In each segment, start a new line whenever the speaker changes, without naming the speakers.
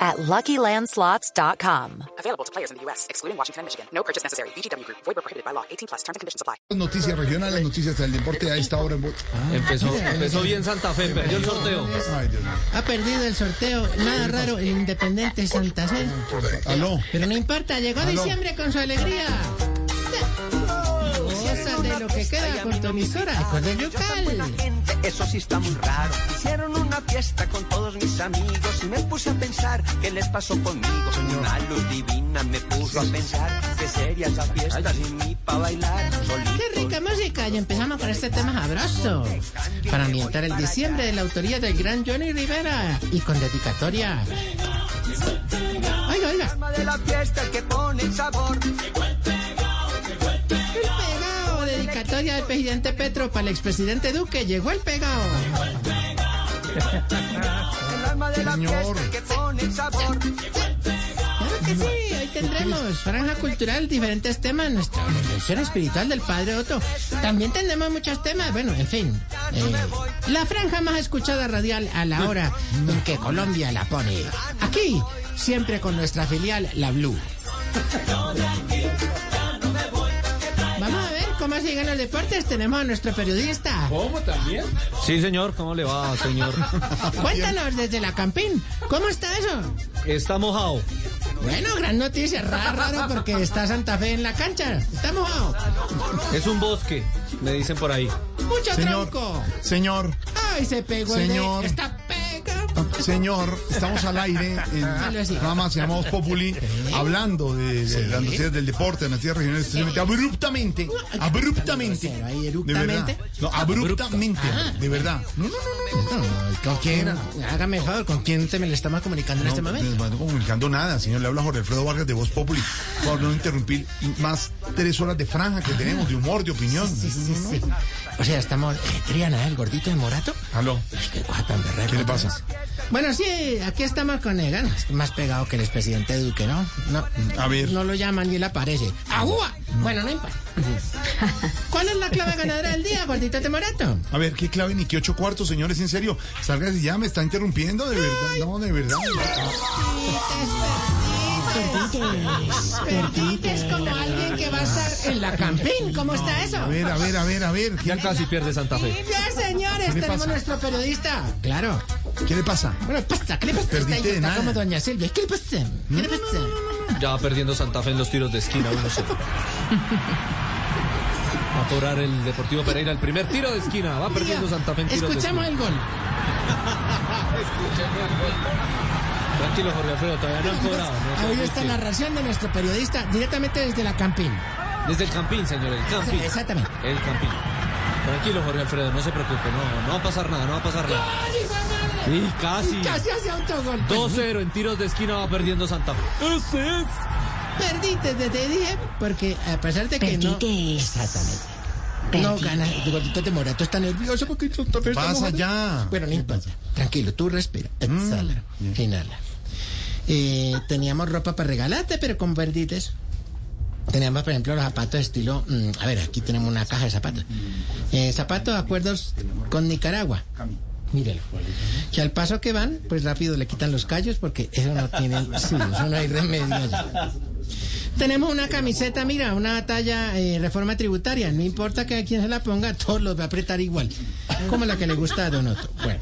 at LuckyLandSlots.com.
Available to players in the U.S., excluding Washington and Michigan. No purchase necessary. VGW Group. Void where prohibited by law. 18 plus. Terms and conditions apply.
Las noticias regionales, noticias del deporte a esta hora en Bo- Ah,
Empezó, empezó bien Santa Fe, perdió el sorteo.
ay, Dios mío.
Ha perdido el sorteo, nada raro, el Independiente Santa Fe.
Aló.
Pero no importa, llegó diciembre con su alegría. Cosa de lo que queda con tu emisora, recuerda el local.
gente, eso sí está muy raro. Hicieron una fiesta con todos mis amigos y me puse a pensar qué les pasó conmigo. Una luz divina me puso a pensar que sería esa fiesta sin mí para bailar.
Qué
Solito
rica música y empezamos con este tema sabroso. Para ambientar el diciembre de la autoría del gran Johnny Rivera y con dedicatoria. Oiga, oiga.
alma de la fiesta el que pone el sabor.
El pegado, dedicatoria del presidente Petro para el expresidente Duque, llegó el pegado.
El alma de la
Señor.
fiesta el que pone el sabor.
Claro que sí, hoy tendremos franja cultural, diferentes temas, nuestra reflexión espiritual del Padre Otto. También tendremos muchos temas, bueno, en fin. eh, la franja más escuchada radial a la hora en que Colombia la pone. Aquí, siempre con nuestra filial, la Blue. Vamos a ver cómo siguen los deportes. Tenemos a nuestro periodista.
Sí, señor, ¿cómo le va, señor?
Cuéntanos desde la Campín, ¿cómo está eso?
Está mojado.
Bueno, gran noticia, raro, raro, porque está Santa Fe en la cancha. Está mojado.
Es un bosque, me dicen por ahí.
Mucho
Señor,
tronco.
señor,
Ay, se pegó
Señor.
el de... Está pega.
señor, estamos al aire en
Algo así.
programas llamados Populi, hablando de, de las noticias del deporte, de las noticias regionales, especialmente abruptamente, abruptamente,
grosero ¿eh? ahí,
de verdad,
eructamente.
no, abruptamente,
Ah.
de verdad, no, no, no, no, no,
¿Con quién? Hágame el favor, ¿con quién te me le estamos comunicando en este
no,
momento?
no estoy comunicando nada, señor, le habla Jorge Alfredo Vargas de Voz Populi, por no interrumpir más tres horas de franja que tenemos, de humor, de opinión,
Sí, sí, sí. O sea, estamos... eh, Triana, el gordito de Morato.
aló,
Ay, qué cosa tan berraca.
¿Qué le pasa?
Bueno, sí, aquí estamos con él, ¿no? Es más pegado que el expresidente Duque, ¿no? No,
A ver.
no lo llaman ni él aparece. ¡Agua! Bueno, no importa. ¿Cuál es la clave ganadora del día, gordito Temorato?
A ver, qué clave ni qué ocho cuartos, señores, en serio. Salgas y ya me está interrumpiendo, de verdad. No, de verdad.
Perdites como alguien que va a estar en la campín. ¿Cómo está eso?
A ver, a ver, a ver, a ver.
Ya
¿Qué,
casi pierde Santa Fe.
Ya, señores,
le
tenemos
pasa?
nuestro periodista. Claro.
qué le pasa?
Bueno, pasa, ¿qué le pasa?
Perdite
Está ahí, está
nada.
como doña Silvia. ¿Qué le pasa? ¿Qué le pasa?
Ya va perdiendo Santa Fe en los tiros de esquina, uno cero. Va a cobrar el Deportivo Pereira el primer tiro de esquina. Va perdiendo Santa Fe en tiros de
Escuchamos
esquina.
el gol.
Tranquilo, Jorge Alfredo, todavía no han cobrado. no se
Ahí Ah, está
asuste.
la narración de nuestro periodista directamente desde la campín.
Desde el Campín, señor, el Campín.
Exactamente.
El Campín. Tranquilo, Jorge Alfredo, no se preocupe, no, no va a pasar nada, no va a pasar nada. Y casi.
Casi hace autogol.
2-0 en tiros de esquina va perdiendo Santa Fe. Ese es.
Perdiste desde dije, porque a pesar de que no... Exactamente. No ganas. Tu gordito de morato está nervioso porque Santa Fe está
Pasa
mojado.
ya. Mm,
Bueno, no importa. Tranquilo, tú respira. Exhala. Inhala. Eh, teníamos ropa para regalarte, pero con verdites. Teníamos, por ejemplo, los zapatos estilo. mm, a ver, aquí tenemos una caja de zapatos. Eh, zapatos de acuerdos con Nicaragua. Míralo. Que al paso que van, pues rápido le quitan los callos porque eso no tiene. Sí, eso no hay remedio. allá. Tenemos una camiseta, mira, una talla eh, reforma tributaria. No importa que a quien se la ponga, todos los va a apretar igual. Como la que le gusta a Don Otto. Bueno,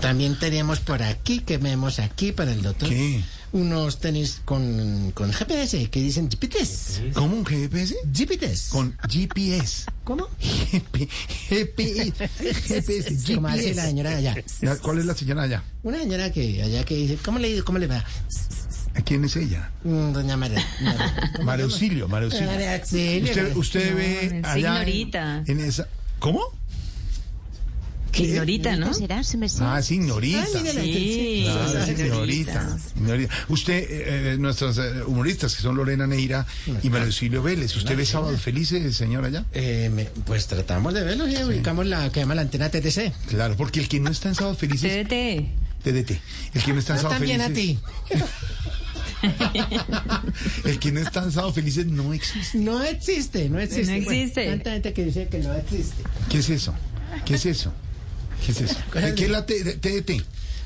también tenemos por aquí, que vemos aquí para el doctor.
¿Qué?
Unos tenis con, con GPS que dicen GPS.
¿Cómo un GPS?
GPS.
Con GPS.
¿Cómo?
GP, GPS. GPS.
Como hace la señora allá.
Ya, ¿Cuál es la señora allá?
Una señora que allá que dice, ¿cómo le, cómo le va?
¿A ¿Quién es ella?
Mm, Doña María. María.
María Auxilio, María Auxilio.
María Auxilio.
Usted, usted ve allá. en-
señorita.
En, esa. ¿Cómo?
Ignorita, ¿no?
¿Será su merced?
Ah, es ignorita.
Pues Ay, mira la
Sí.
Claro,
Las
es ignorita,
señoritas.
ignorita. Usted, eh, eh, nuestras eh, humoristas, que son Lorena Neira y Mario Silvio Vélez, ¿usted ve Sábados Felices, señora, ya?
Eh, me- pues tratamos de verlo y ubicamos la que llama la antena TTC.
Claro, porque el que no está en Sábados Felices,
TVT.
TDT, el que no está en
Eh. Yo
Sábados
también a
Felices,
ti.
el que no está en Sábados Felices no existe.
No existe, no existe.
No existe.
Bueno, tanta gente que dice que no existe.
¿Qué es eso? ¿Qué es eso? ¿Qué es eso? ¿De ¿Qué es la T- TDT?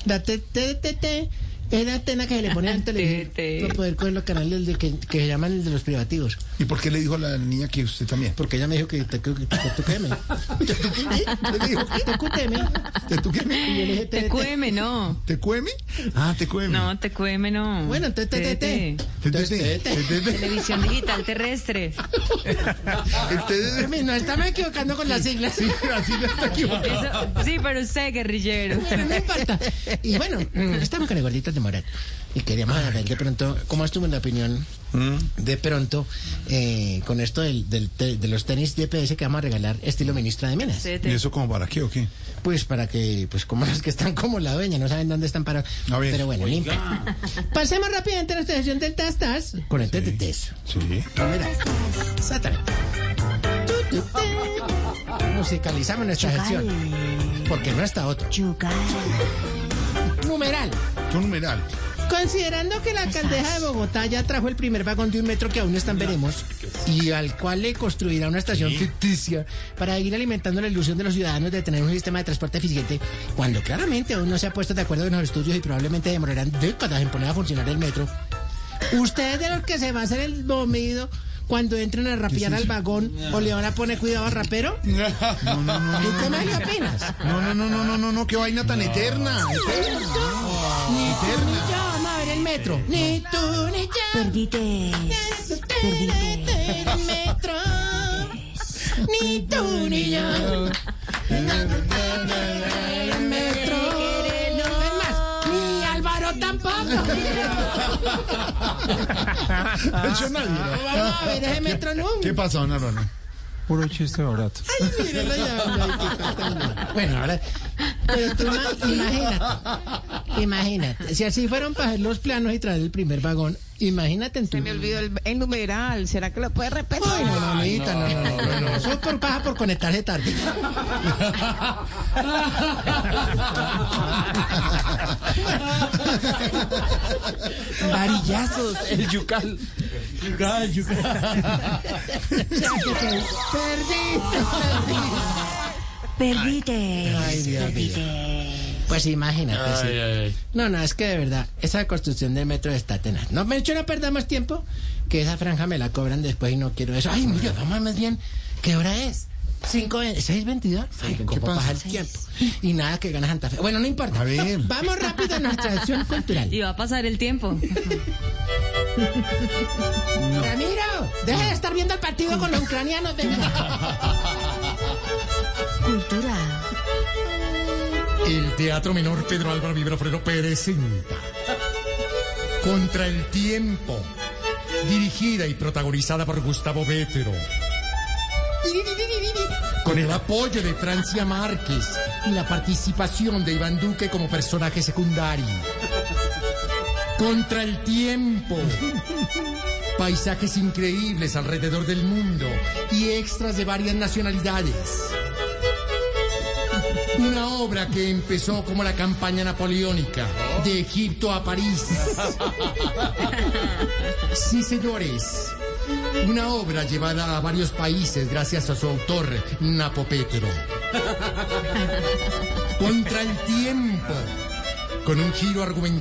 La TTT es la antena que se le pone al
TT.
televisor para poder coger los canales de que, que se llaman el de los privativos.
¿Y por qué le dijo a la niña que usted también?
Porque ella me dijo que te que- que te cuqueme.
¿Te tuqueme? ¿Le dijo?
Te cuqueme.
¿Te tuqueme?
Y yo le dije TTT.
TQM, no.
¿Te cueme? Ah, te cueme.
No, TQM, no.
Bueno, entonces TTT.
TDT, TDT.
Televisión digital terrestre.
El TDT.
No, estamos equivocando con las siglas.
Sí, así no está equivocado.
Eso- sí, pero usted, guerrillero.
Bueno, no importa. Y bueno, mm, estamos con el gordito de Morat. Y queríamos saber de pronto, ¿cómo estuvo la opinión?
Mm.
De pronto, eh, con esto del, del te- de los tenis DPS que vamos a regalar, estilo ministra de Minas.
TT.
¿Y eso como para qué o qué?
Pues para que, pues como los que están como la dueña, no saben dónde están parados.
A ver.
Pero bueno, limpia. Pasemos rápidamente a nuestra sesión del Tastas con el TTTs.
Sí.
Mira, exactamente. Tu, tu, te. Musicalizamos nuestra sesión. Porque no está otro.
Yugal.
Numeral.
Tu numeral.
Considerando que la alcaldesa de Bogotá ya trajo el primer vagón de un metro que aún no está en veremos y al cual le construirá una estación ficticia para ir alimentando la ilusión de los ciudadanos de tener un sistema de transporte eficiente, cuando claramente aún no se ha puesto de acuerdo en los estudios y probablemente demorarán décadas en poner a funcionar el metro, ustedes de los que se va a hacer el domido cuando entren a rapear al vagón o le van a poner cuidado al rapero, ¿tú
No, no, no, no.
qué más le opinas?
No, no, no, no, no, no, no, qué vaina tan eterna.
Ni tú ni yo vamos a ver el metro. Ni tú ni yo.
Perdite. Perdite.
Del metro. Ni tú ni yo. El metro. No es más. Ni Álvaro tampoco.
De hecho, nadie. ¿no?
Vamos a ver eh. ese metro nunca.
¿Qué pasa, don Arona?
Puro chiste barato.
Ay, míralo ya, mira, qué fatal. Bueno, ahora. Pero tú ima- imagínate. Imagínate. Si así fueron para hacer los planos y traer el primer vagón, imagínate en tu.
Se me olvidó el, el numeral. ¿Será que lo puede repetir?
Ay, no, no, amiguita, no, no, no, no, no. Eso es por paja por conectarse tarde. Varillazos.
El yucal. Yucal, yucal.
Perdite.
Ay, Dios mío. Pues imagínate. sí. No, no, es que de verdad, esa construcción del metro está tenaz. No, me hecho no perdamos tiempo, que esa franja me la cobran después y no quiero eso. Ay, mira, vamos más bien, ¿qué hora es? Cinco, ve- ¿Seis veintidós? Ay, ¿Cómo
pasa?
pasa el tiempo? Y nada que gana Santa Fe. Bueno, no importa.
A ver.
Vamos rápido a nuestra acción cultural.
Y va a pasar el tiempo.
Ramiro, deja de estar viendo el partido con los ucranianos. venga.
Cultura.
El Teatro Menor Pedro Álvaro Vibrafreno presenta Contra el Tiempo, dirigida y protagonizada por Gustavo Bétero. Con el apoyo de Francia Márquez y la participación de Iván Duque como personaje secundario. Contra el Tiempo. Paisajes increíbles alrededor del mundo y extras de varias nacionalidades. Una obra que empezó como la campaña napoleónica de Egipto a París. Sí, señores. Una obra llevada a varios países gracias a su autor, Napo Petro. Contra el tiempo. Con un giro argumental.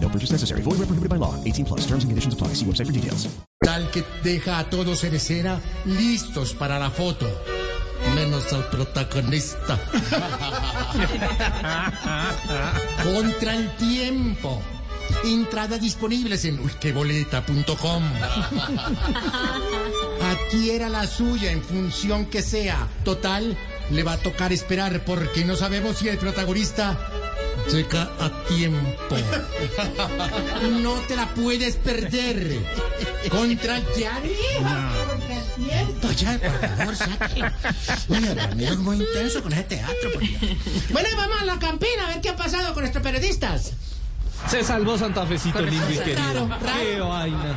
No purchase necessary. Void where prohibited by law. 18 plus. Terms and conditions apply. See website for details.
Tal que deja a todos en escena listos para la foto.
menos al protagonista. Contra el tiempo. Entradas disponibles en ulqueboleta.com. Adquiera la suya en función que sea. Total, le va a tocar esperar porque no sabemos si el protagonista llega a tiempo. No te la puedes perder. Contra el diario. Oye, por favor, saque. Oye, Ramiro es muy intenso con ese teatro. por Dios. Bueno, vamos a la campina a ver qué ha pasado con nuestros periodistas.
Se salvó Santafecito lindo y querido.
Raro,
Qué vaina.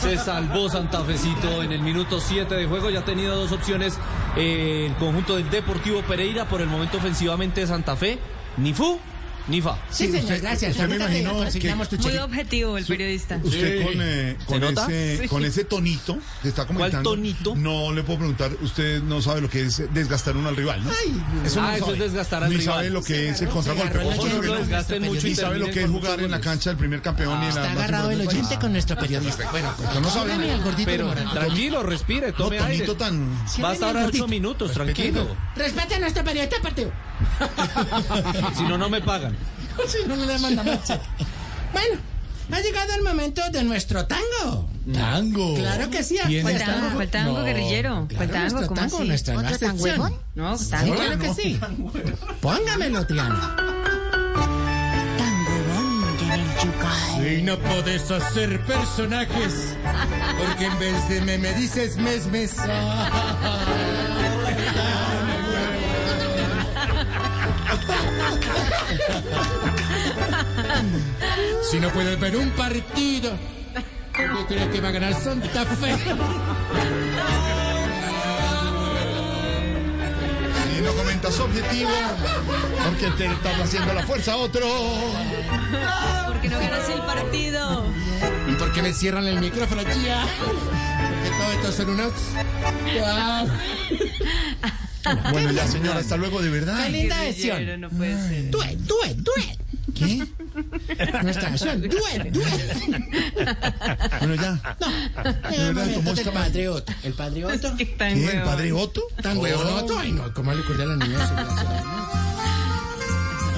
Se salvó Santafecito en el minuto 7 de juego. Ya ha tenido dos opciones eh, el conjunto del Deportivo Pereira. Por el momento ofensivamente Santa Fe, ni fu ni fa.
Sí, señor, gracias.
usted me
Ahorita te
imaginó que-
consignamos tu
Muy
cheque.
objetivo el periodista.
Usted con, eh,
¿Se
con
nota?
ese,
Sí.
con ese tonito que está comentando. tonito? No le puedo preguntar. Usted no sabe lo que es desgastar uno al rival, ¿no?
Ay,
no
Ah, eso
sabe.
es desgastar al
Ni
rival.
sabe lo que es
Se
el
agarró- se
contragolpe.
agarró el
Ojo,
oyente
no
con
lo
nuestro
desgasten mucho
periodista.
Ni sabe lo que es jugar en la cancha del primer campeón y
Ah,
en la
Está
máxima
agarrado el
del país.
oyente con nuestro periodista. Bueno,
Pero no sabe.
háblame al gordito de
Pero
Morales.
tranquilo, respire,
No,
tome aire.
tonito tan.
Va a estar
Gordito.
ocho minutos, tranquilo.
Respete a nuestro periodista, partido.
Si no, no me pagan.
Si no, no le mandamos cheque. Bueno, ha llegado el momento de nuestro tango.
Tango.
Claro que sí. ah, pues
¿Quién
aquí
Fue
es
está
tango, fue tango, guerrillero. Fue
Claro,
tango,
nuestro
¿cómo
pues tango,
así?
nuestra nueva
¿Otro tan
sección.
huevón?
No,
Sí,
tango.
claro que sí. Póngamelo, Triana.
Tan huevón que en el yucal.
Y no podés hacer personajes, porque en vez de me, me dices mes, mes. Si no puedes ver un partido, ¿por qué crees que va a ganar Santa Fe?
Y eh, no comentas objetivo. Porque te estás haciendo la fuerza a otro.
Porque no ganas el partido.
¿Y por qué me cierran el micrófono, tía? Porque todos estos son unos... Ah.
Bueno, ya, señora, hasta luego, de verdad.
Qué linda
Guerrillero,
edición.
no puede ser.
Duet, duet, duet.
¿Qué?
Nuestra canción. Duet, duet.
Bueno, ya.
El
Eh,
verdad,
momento
¿cómo
del
está?
padre Otto. El padre Otto.
Qué tan
¿Qué? ¿El
huevón.
padre Otto?
Tan huevón Otto. Ay, no,
¿Cómo le acordé a la niña?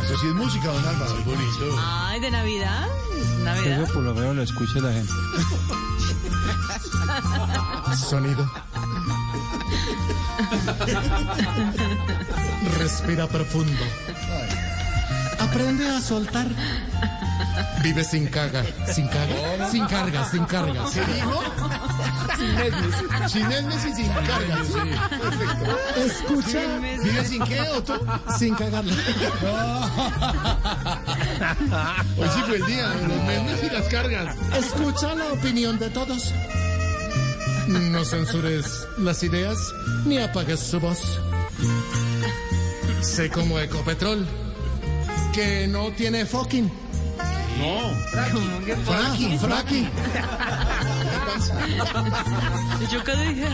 Eso sí es música, don Álvaro. es bonito.
Ay, de Navidad. Navidad.
por lo menos lo escucha la gente.
Sonido. Respira profundo. Aprende a soltar. Vive sin carga, sin carga, sin carga, sin carga. sin
Sin Hermes y sin carga. Perfecto.
carga. Escucha,
¿Vive sin qué, Otto?
sin cagarla.
Hoy sí fue el día, los memes y las cargas.
Escucha la opinión de todos. No censures las ideas ni apagues su voz. Sé como Ecopetrol que no tiene fucking.
¿Cómo que por-
Fracking, fracking.
Yo qué dije.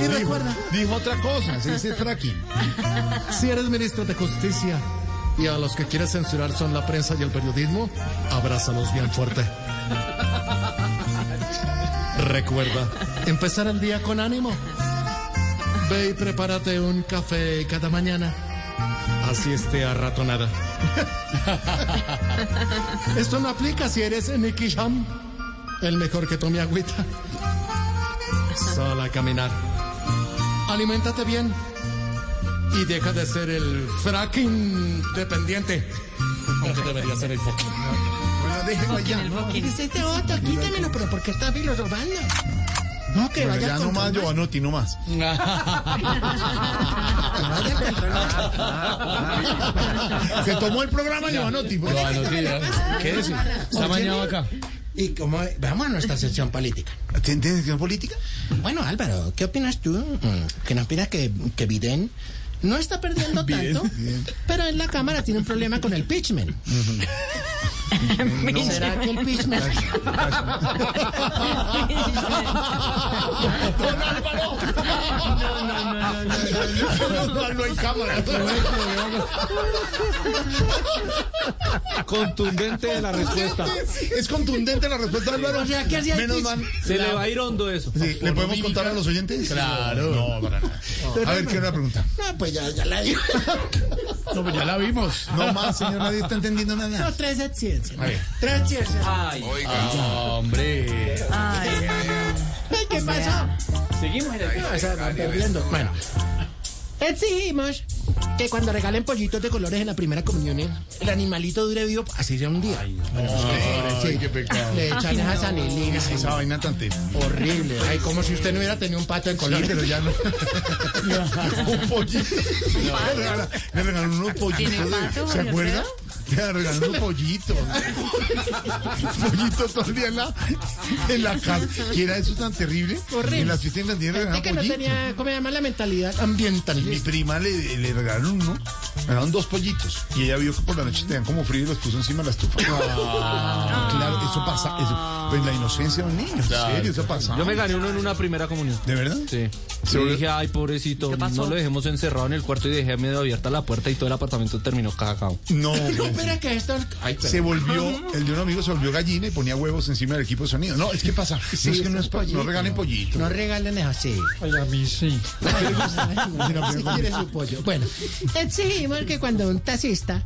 Y recuerda,
Dijo otra cosa, se dice fracking.
si eres ministro de Justicia y a los que quieres censurar son la prensa y el periodismo, abrázalos bien fuerte. Recuerda, empezar el día con ánimo. Ve y prepárate un café cada mañana. Así esté arratonada. Esto no aplica si eres Nicky Jam, el mejor que tome agüita. Solo a caminar. Aliméntate bien y deja de ser el fracking dependiente. Aunque debería ser el fucking.
Bueno, déjenlo allá. ¿no?
¿Quién es este Otto? Quítamelo, pero porque está filosofando. No, que
Bueno,
vaya
ya
con
no más,
calma.
Giovanotti, no más.
Que vaya con calma.
Se tomó el programa Giovanotti. pues.
¿Qué es? Está mañana acá.
Y como vamos a nuestra sección política.
¿Te entiendes que es política?
Bueno, Álvaro, ¿qué opinas tú? Mm, ¿Que no opinas que, que Biden no está perdiendo tanto? Pero en la Cámara tiene un problema con el pitchman.
No.
¿Será que el pitchman?
¡Don Álvaro! Don Álvaro en cámara.
Contundente de la respuesta.
Es contundente la respuesta de Álvaro.
O sea, ¿qué hacía el
Menos
pitch?
mal.
Se le va a ir hondo eso.
Sí, ¿Le podemos contar a los oyentes?
Claro.
No, para nada. A ver, ¿qué era la pregunta?
No, pues ya, ya la digo.
No, pues ya la vimos.
No más, señor, nadie está entendiendo
No,
nada.
tres accidentes.
A ver.
Tres accidentes.
Ay, hombre.
Ay, ¿Qué pasó?
Seguimos en el
No, esa va perdiendo. Bueno, exigimos que cuando regalen pollitos de colores en la primera comunión, ¿eh? el animalito dure vivo así sea un día.
Ay, qué pecado.
eh, Le echan esas
¿Qué es
anilinas.
esa vaina tan terrible?
Horrible. Ay, como si usted no hubiera tenido un pato en
Sí,
colores.
pero ya no. un pollito. Le regala- Le regalaron unos pollitos. de- ¿Se acuerda? Le regalaron unos pollitos. pollitos todo el día en la, en la casa. ¿Qué era eso tan terrible?
Horrible.
En las fiestas infantiles le
Es
regalaron
Este que no
pollitos.
tenía, ¿cómo se llama? La mentalidad
Mi
ambientalista.
prima le, le regalaron uno. Me daban dos pollitos. Y ella vio que por la noche tenían como frío y los puso encima de la estufa.
Ah.
Ah, claro, eso pasa. Eso, pues la inocencia de un niño. En serio, eso pasa.
Yo me gané uno en una primera comunión.
¿De verdad?
Sí.
Se
Y
volvió-
dije, ay, pobrecito, no lo dejemos encerrado en el cuarto y dejé medio abierta la puerta y todo el apartamento terminó cagado.
No,
No, espera que esto. Ay,
se volvió, el de un amigo se volvió gallina y ponía huevos encima del equipo de sonido. No, es que pasa. no, es que no, es pa- no regalen pollito.
No regalen eso, sí.
Ay, a mí sí.
Si quiere su pollo. Bueno, exigimos que cuando un taxista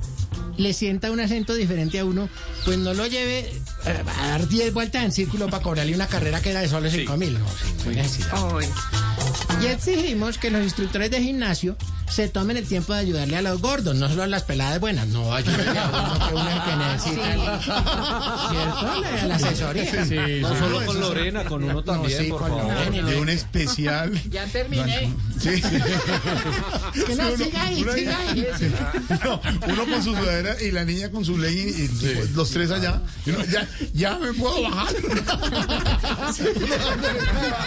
le sienta un acento diferente a uno, pues no lo lleve eh, a dar 10 vueltas en círculo para cobrarle una carrera que era de solo 5 mil. No, sí, no hay necesidad. Y exigimos que los instructores de gimnasio se tomen el tiempo de ayudarle a los gordos, no solo a las peladas buenas. No, ayúdenle a uno que uno es el que necesita. ¿Cierto? La, la asesoría.
No solo con Lorena, con uno también,
sí,
por
con
favor.
Lorena. ¿eh?
De un especial.
Ya terminé.
Sí.
Que no, siga ahí,
uno,
siga ahí.
No, uno con su sudadera y la niña con su legging y los tres allá. Y uno, ya, ya me puedo bajar.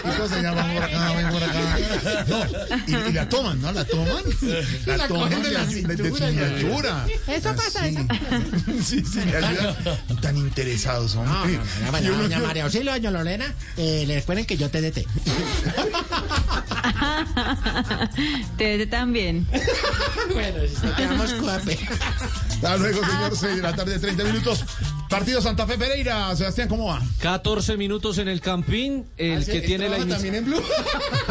Entonces ya van por acá, van por acá. No, y, y la toman, ¿no? La toman. La,
La
toman
cogen de la
de, de
cintura,
cintura.
Eso pasa,
Así.
eso
Sí, sí, le ayudan. Tan interesados,
No,
hombre.
no, no, doña-
Y uno-
doña María Auxilio, doña Lorena, eh, le recuerden que yo te deté.
Te también.
bueno, nos quedamos cuape.
Hasta luego, señor. 6 de la tarde, 30 minutos. Partido Santa Fe Pereira. Sebastián, ¿cómo va?
14 minutos en el campín, el que tiene la inici-
en blue.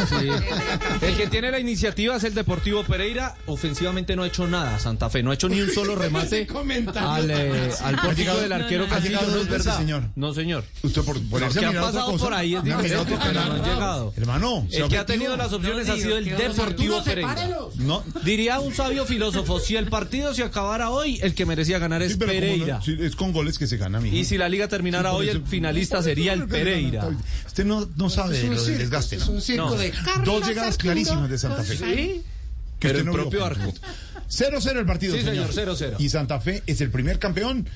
sí. El que tiene la iniciativa es el Deportivo Pereira. Ofensivamente no ha hecho nada, Santa Fe. No ha hecho ni un solo remate
comentario
al, eh, al pórtico
llegado-
del arquero
no, no, no.
Castillo.
Ha llegado
No es
dos veces,
verdad.
señor.
No, señor.
Usted por
Los
ponerse
que
a
han
mirar otra
pasado
cosa.
por ahí es
No, mira
diferente,
otro
pero no han
canal.
llegado.
Hermano, sea
El que ha
objetivo.
tenido las opciones ha sido el Deportivo Pereira.
No,
Diría un sabio filósofo, si el partido se acabara hoy, el que merecía ganar es
sí, pero como
Pereira.
no- sí, es con goles que se gana, mijo.
Y si la liga terminara hoy, el finalista sería el Pereira.
Usted no, no sabe de lo del desgaste, ¿no?
No.
Dos llegadas clarísimas de Santa Fe.
Sí,
que
Pero
usted
el
no vio.
propio arco.
0-0 el partido,
Sí, señor, 0-0.
Y Santa Fe es el primer campeón.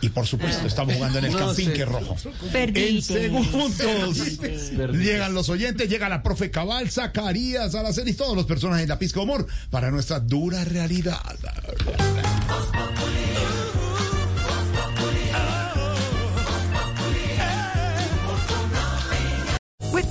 Y por supuesto, estamos jugando en el
Ah. No
Campín,
sé.
que es rojo. En
Perdiste.
segundos
Perdiste.
llegan los oyentes, llega la profe Cabal, Zacarías, Alacén y todos los personajes de la pizca de humor para nuestra dura realidad.
With